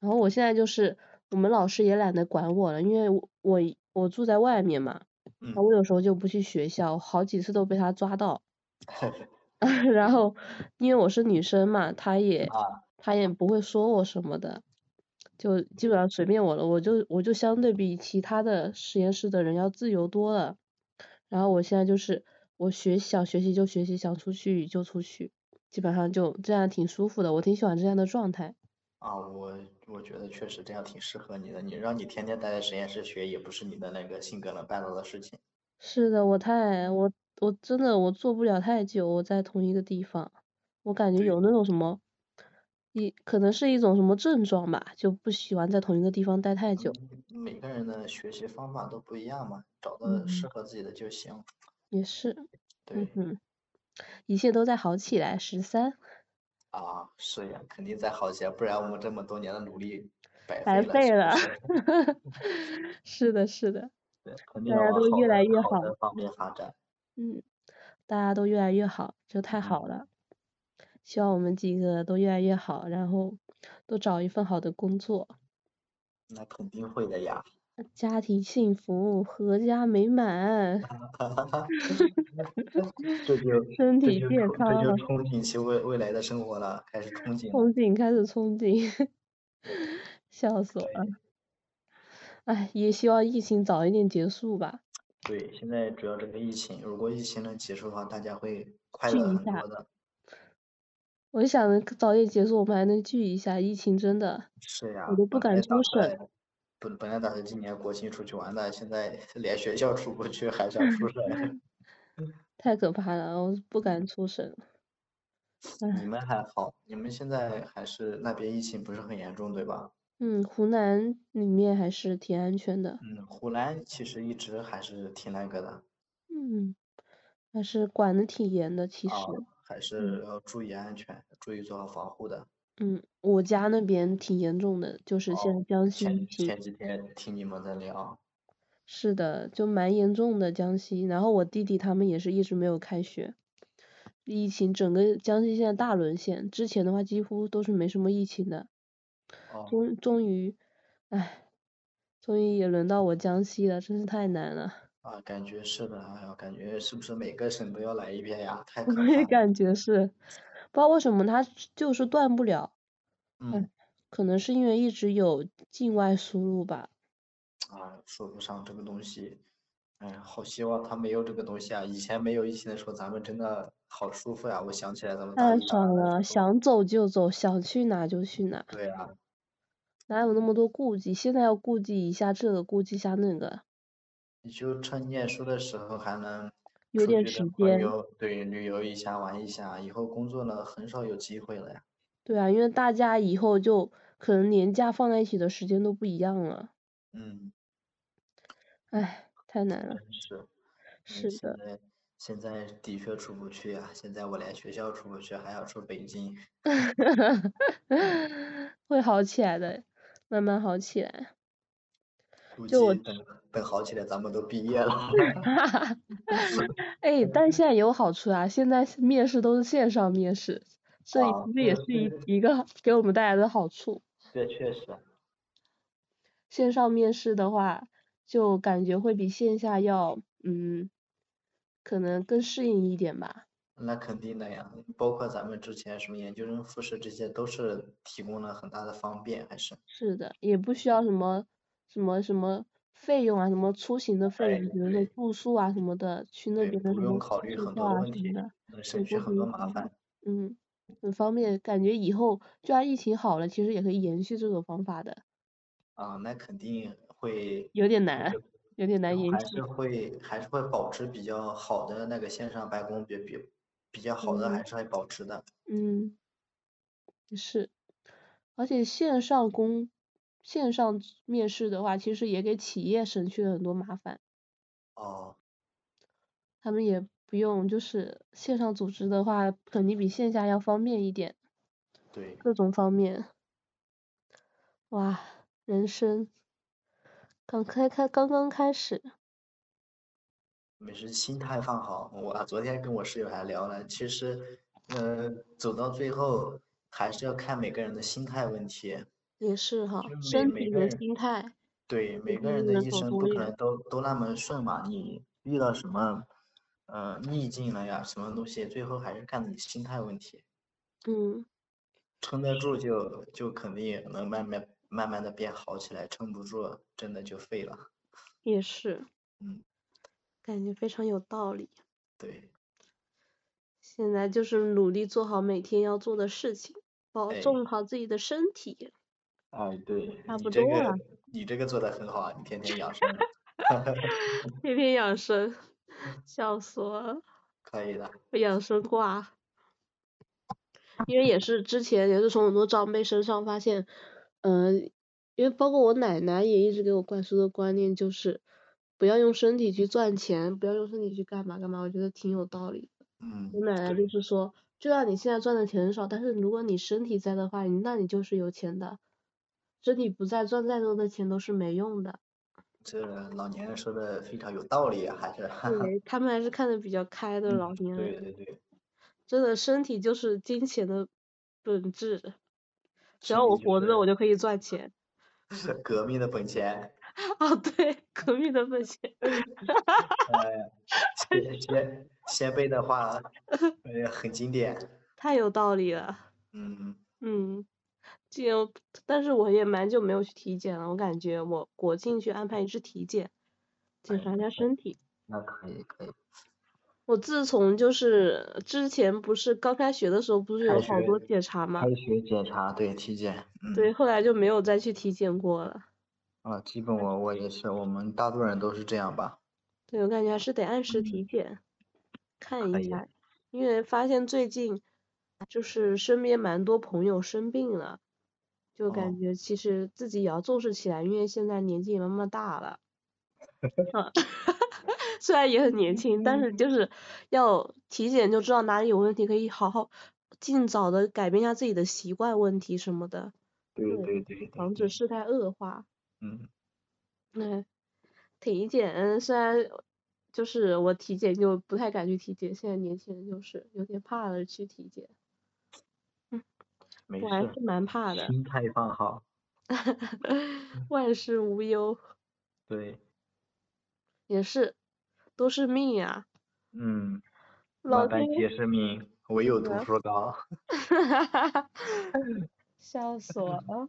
A: 然后我现在就是我们老师也懒得管我了，因为我我我住在外面嘛，
B: 嗯，
A: 我有时候就不去学校，好几次都被他抓 到。 然后因为我是女生嘛，他也
B: 啊，
A: 他也不会说我什么的，就基本
B: 对，
A: 上随便我了。我就我就相对比其他的实验室的人要自由多了。然后我现在就是我学想学习就学习，想出去就出去，基本上就这样挺舒服的，我挺喜欢这样的状态。
B: 啊，我我觉得确实这样挺适合你的，你让你天天待在实验室学，也不是你的那个性格能办到的事情。
A: 是的，我太我我真的我做不了太久，我在同一个地方，我感觉
B: 对，
A: 有那种什么，一可能是一种什么症状吧，就不喜欢在同一个地方待太久。
B: 嗯，每个人的学习方法都不一样嘛，找到适
A: 嗯，
B: 合自己的就行。
A: 也是，嗯
B: 对，
A: 哼，一切都在好起来。十三，
B: 啊，是呀，肯定再好些，不然我们这么多年的努力白
A: 白
B: 费了，
A: 费
B: 是不
A: 了。
B: 是？ 嗯
A: 是的，是的，
B: 对，肯定
A: 大
B: 要
A: 家
B: 往
A: 都
B: 好
A: 越
B: 的
A: 来越
B: 好
A: 好。
B: 的方面发展。
A: 嗯，大家都越来越好，这太
B: 嗯，
A: 好了。希望我们几个都越来越好，然后都找一份好的工作。
B: 那肯定会的呀。
A: 家庭幸福，阖家美满，
B: 这就
A: 身
B: 这
A: 体
B: 就
A: 健
B: 憧这
A: 康，
B: 就憧憬起未未来的生活了，开始憧憬了。
A: 憧憬开始憧憬， 笑死我了！
B: 对
A: 哎，也希望疫情早一点结束吧，
B: 对，现在主要这个疫情，如果疫情能结束的话，大家会快
A: 聚
B: 乐
A: 一
B: 很
A: 下。
B: 多的。
A: 我就想着早点结束，我们还能聚一下。疫情真的，
B: 是
A: 我
B: 呀，
A: 都不
B: 本
A: 敢
B: 来打
A: 出省。
B: 算本本来打算今年国庆出去玩的，现在 连学校出不去，还想出省。
A: 太可怕了，我不敢出省。
B: 你
A: 唉，
B: 们还好，你们现在还是那边疫情不是很严重，对吧？
A: 嗯，湖南里面还是挺安全的，
B: 嗯，湖南其实一直还是挺那个的
A: 嗯，还是管的挺严的，其
B: 啊，
A: 实，
B: 还
A: 嗯
B: 是要注意安全，注意做好防护的。
A: 嗯，我家那边挺严重的，就是现在
B: 哦，
A: 江西疫
B: 前
A: 情。
B: 前几天听你们在聊，
A: 是的，就蛮严重的江西，然后我弟弟他们也是一直没有开学，疫情整个江西现在大沦陷，之前的话几乎都是没什么疫情的，
B: 哦，
A: 终终于，唉，终于也轮到我江西了，真是太难了，
B: 啊，感觉是的，哎呀，感觉是不是每个省都要来一遍呀？太
A: 我
B: 可
A: 也
B: 怕了。
A: 感觉是，不知道为什么他就是断不了，唉，
B: 嗯，
A: 可能是因为一直有境外输入吧，
B: 啊，说不上这个东西，哎，好希望他没有这个东西啊！以前没有疫情的时候，咱们真的好舒服呀、我想起来咱们大
A: 太
B: 一、大
A: 嗯爽
B: 二的时
A: 了，
B: 候，
A: 想走就走，想去哪就去哪。
B: 对啊，
A: 哪有那么多顾忌？现在要顾忌一下这个，顾忌一下那个，
B: 你就趁念书的时候还能
A: 有
B: 出
A: 点
B: 去跟
A: 时
B: 朋
A: 间。
B: 友对旅游一下、玩一下，以后工作了很少有机会了呀。
A: 对啊，因为大家以后就可能年假放在一起的时间都不一样了。
B: 嗯，
A: 唉，太难了。
B: 真是。嗯，
A: 是
B: 现
A: 的，
B: 在现在的确出不去呀、现在我连学校出不去，还要出北京。
A: 会好起来的，慢慢好起来。
B: 估
A: 就我，
B: 计等等好起来，咱们都毕业了。
A: 哎，但现在也有好处啊，现在是面试都是线上面试，这也
B: 啊，
A: 其实也
B: 这
A: 是一
B: 这
A: 一个给我们带来的好处。
B: 这确实，
A: 线上面试的话，就感觉会比线下要，嗯，可能更适应一点吧。
B: 那肯定的呀。包括咱们之前什么研究生复试这些，都是提供了很大的方便，还是
A: 是的，也不需要什么什么什么费用啊，什么出行的费
B: 对
A: 用，比如说
B: 对
A: 住宿啊什么的，去那
B: 对，
A: 边的
B: 不
A: 什
B: 用
A: 么
B: 考
A: 机
B: 虑
A: 机
B: 很
A: 票
B: 多的
A: 啊
B: 问
A: 什么
B: 题，
A: 的，
B: 能
A: 对，
B: 省去
A: 都
B: 很
A: 很
B: 多
A: 有
B: 麻
A: 帮助。
B: 烦。
A: 嗯，很方便，感觉以后就算疫情好了，其实也可以延续这种方法的，
B: 啊，那肯定会，
A: 有点难，
B: 就是
A: 有点
B: 最
A: 难
B: 后
A: 延
B: 还是
A: 续。
B: 会还是会保持比较好的那个线上办公，比比比较好的还
A: 嗯
B: 是会保持的。
A: 嗯，是。而且线上公线上面试的话，其实也给企业省去了很多麻烦，
B: 哦，
A: 他们也不用就是线上组织的话，肯定比线下要方便一点，
B: 对，
A: 各种方面。哇，人生刚开开刚刚开始，
B: 没事，心态放好。我啊昨天跟我室友还聊了，其实，呃，走到最后还是要看每个人的心态问题，
A: 也是
B: 因
A: 哈，
B: 为每
A: 身
B: 每
A: 体
B: 个
A: 和
B: 人。
A: 心态
B: 对，
A: 也
B: 每
A: 是
B: 个人的
A: 人
B: 一
A: 所
B: 生
A: 不
B: 不可
A: 愿。
B: 能都都那么顺嘛，你遇到什么呃逆境了呀，什么东西，最后还是看你心态问题，
A: 嗯，
B: 撑得住就就肯定能慢慢慢慢的变好起来，撑不住真的就废了。
A: 也是，
B: 嗯，
A: 感觉非常有道理。
B: 对，
A: 现在就是努力做好每天要做的事情，保
B: 哎，
A: 重好自己的身体，
B: 哎，对，
A: 差
B: 你
A: 不
B: 这
A: 多
B: 个
A: 了，
B: 你这个做的很好啊，你天天养生，
A: 天天养生，
B: 嗯
A: 笑死我了，
B: 可以的。
A: 我养生挂。因为也是之前也是从很多长辈身上发现，嗯、因为包括我奶奶也一直给我灌输的观念就是，不要用身体去赚钱，不要用身体去干嘛干嘛，我觉得挺有道理的。
B: 嗯，
A: 我奶奶
B: 对，
A: 就是说，就算你现在赚的钱少，但是如果你身体在的话，你那你就是有钱的。身体不在，赚再多的钱都是没用的。
B: 这老年人说的非常有道理啊，还是，
A: 对，他们还是看得比较开的
B: 嗯，
A: 老年
B: 对
A: 人，
B: 对对，
A: 真的身体就是金钱的本质。只要
B: 身体
A: 我
B: 就
A: 活着，我
B: 是
A: 就可以赚钱。
B: 革命的本钱。
A: 哦，对，革命的本钱，
B: 呃， 先先先辈的话， 呃，很经典。
A: 太有道理了。
B: 嗯，
A: 嗯，既然我，但是我也蛮久没有去体检了，我感觉我国庆去安排一次体检，检
B: 哎，
A: 查一下身体。
B: 那可以可以。
A: 我自从就是之前不是刚开学的时候，不是
B: 开
A: 有好
B: 学
A: 多检查
B: 开
A: 嘛，
B: 学检查，对，体检，嗯，
A: 对，后来就没有再去体检过了。
B: 啊，基本我我也是，我们大多人都是这样吧。
A: 对，我感觉还是得按时体
B: 嗯，
A: 检，看
B: 可
A: 一
B: 以。
A: 下，因为发现最近就是身边蛮多朋友生病了，就
B: 哦，
A: 感觉其实自己也要重视起来，因为现在年纪也慢慢大 了， 啊，虽然也很年轻，但是
B: 嗯
A: 就是要体检就知道哪里有问题，可以好好尽早的改变一下自己的习惯问题什么的，
B: 对
A: 对，
B: 对对对
A: 防止
B: 对，
A: 事态恶化。
B: 嗯，
A: 嗯，体检虽然就是我体检就不太敢去体检，现在年轻人就是有点怕了去体检，嗯，
B: 没
A: 我还
B: 事，
A: 是蛮怕的，
B: 心态放好。
A: 万事无忧
B: 对，
A: 也是都是命呀、
B: 嗯，
A: 老
B: 万般
A: 天啊
B: 皆是命，唯有读
A: 爷，
B: 书高。
A: 笑死 我了！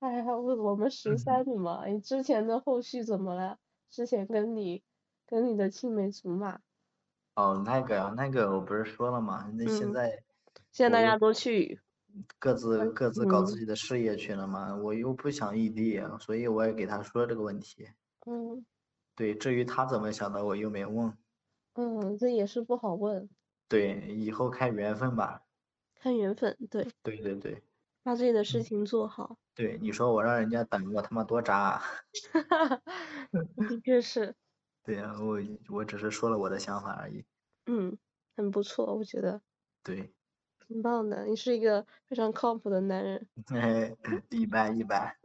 A: 哎呀，我我们十
B: 嗯
A: 三怎么？你之前的后续怎么了？之前跟你跟你的青梅竹马，
B: 哦，那个呀，那个我不是说了嘛，那现
A: 嗯，
B: 在
A: 现在
B: 我
A: 大
B: 又
A: 家都去，
B: 各自各自搞自
A: 嗯
B: 己的事业去了嘛，我又不想异地，所以我也给他说这个问题。
A: 嗯
B: 对，至于他怎么想的，我又没问。
A: 嗯，这也是不好问。
B: 对，以后看缘分吧。
A: 看缘分，对，
B: 对对对，
A: 把自己的事
B: 嗯，
A: 情做好，
B: 对，你说我让人家等我他妈多渣啊！
A: 的确是，
B: 对呀，我我只是说了我的想法而已。
A: 嗯，很不错，我觉得
B: 对，
A: 挺棒的。你是一个非常靠谱的男人，
B: 一般一般。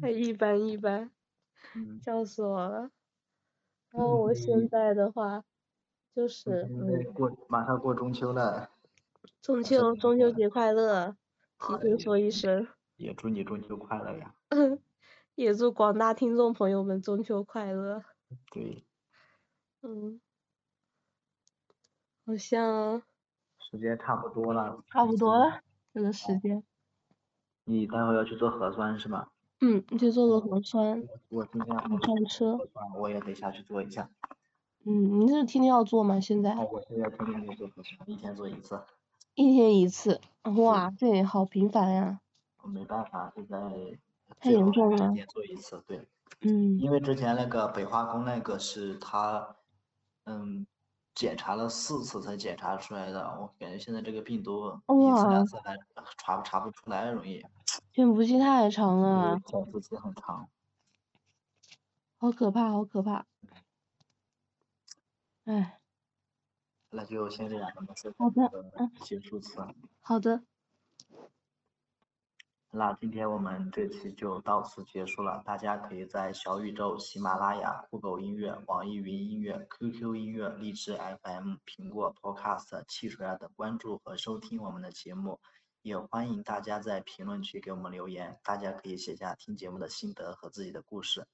A: 哎，一般一般，
B: 嗯，
A: 笑死我了。然后我现
B: 你
A: 在的话，就
B: 你
A: 是
B: 现在
A: 嗯，
B: 过马上过中秋了，
A: 中
B: 打
A: 秋
B: 算怎么
A: 中秋
B: 过？
A: 节快乐，提
B: 哎
A: 前
B: 呀，
A: 说一声，
B: 也祝你中秋快乐呀！
A: 也祝广大听众朋友们中秋快乐。
B: 对，
A: 嗯，好像
B: 时间差不多了，
A: 差不
B: 你现
A: 多
B: 在
A: 了，这个时间。
B: 你待会儿要去做核酸是吧？
A: 嗯，你去做做核酸，
B: 我今天
A: 你嗯上车。
B: 核酸我也得下去做一下。
A: 嗯，你是天天要做吗？现在
B: 哦，我现在天天在做核酸，一天做一次。
A: 一天一次，哇，这也好频繁呀。
B: 我没办法，现在
A: 太
B: 最
A: 严
B: 好
A: 重
B: 一
A: 了
B: 年做一次，对。
A: 嗯
B: 因为之前那个北化工那个是他，嗯，检查了四次才检查出来的，我感觉现在这个病毒一次
A: 哇
B: 两次还查查不出来容易，
A: 潜伏期太长了，
B: 潜伏期很长。
A: 好可怕，好可怕。哎，
B: 那就先这样，咱们说
A: 好的嗯
B: 结束词。
A: 好的，
B: 那今天我们这期就到此结束了。大家可以在小宇宙、喜马拉雅、酷狗音乐、网易云音乐、QQ 音乐、荔枝 FM、苹果 Podcast、汽水啊等关注和收听我们的节目，也欢迎大家在评论区给我们留言。大家可以写下听节目的心得和自己的故事。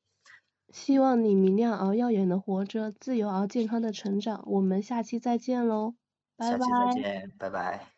A: 希望你明亮而耀眼的活着，自由而健康的成长。我们下期再见喽，拜
B: 下
A: 拜。
B: 期再见，拜拜。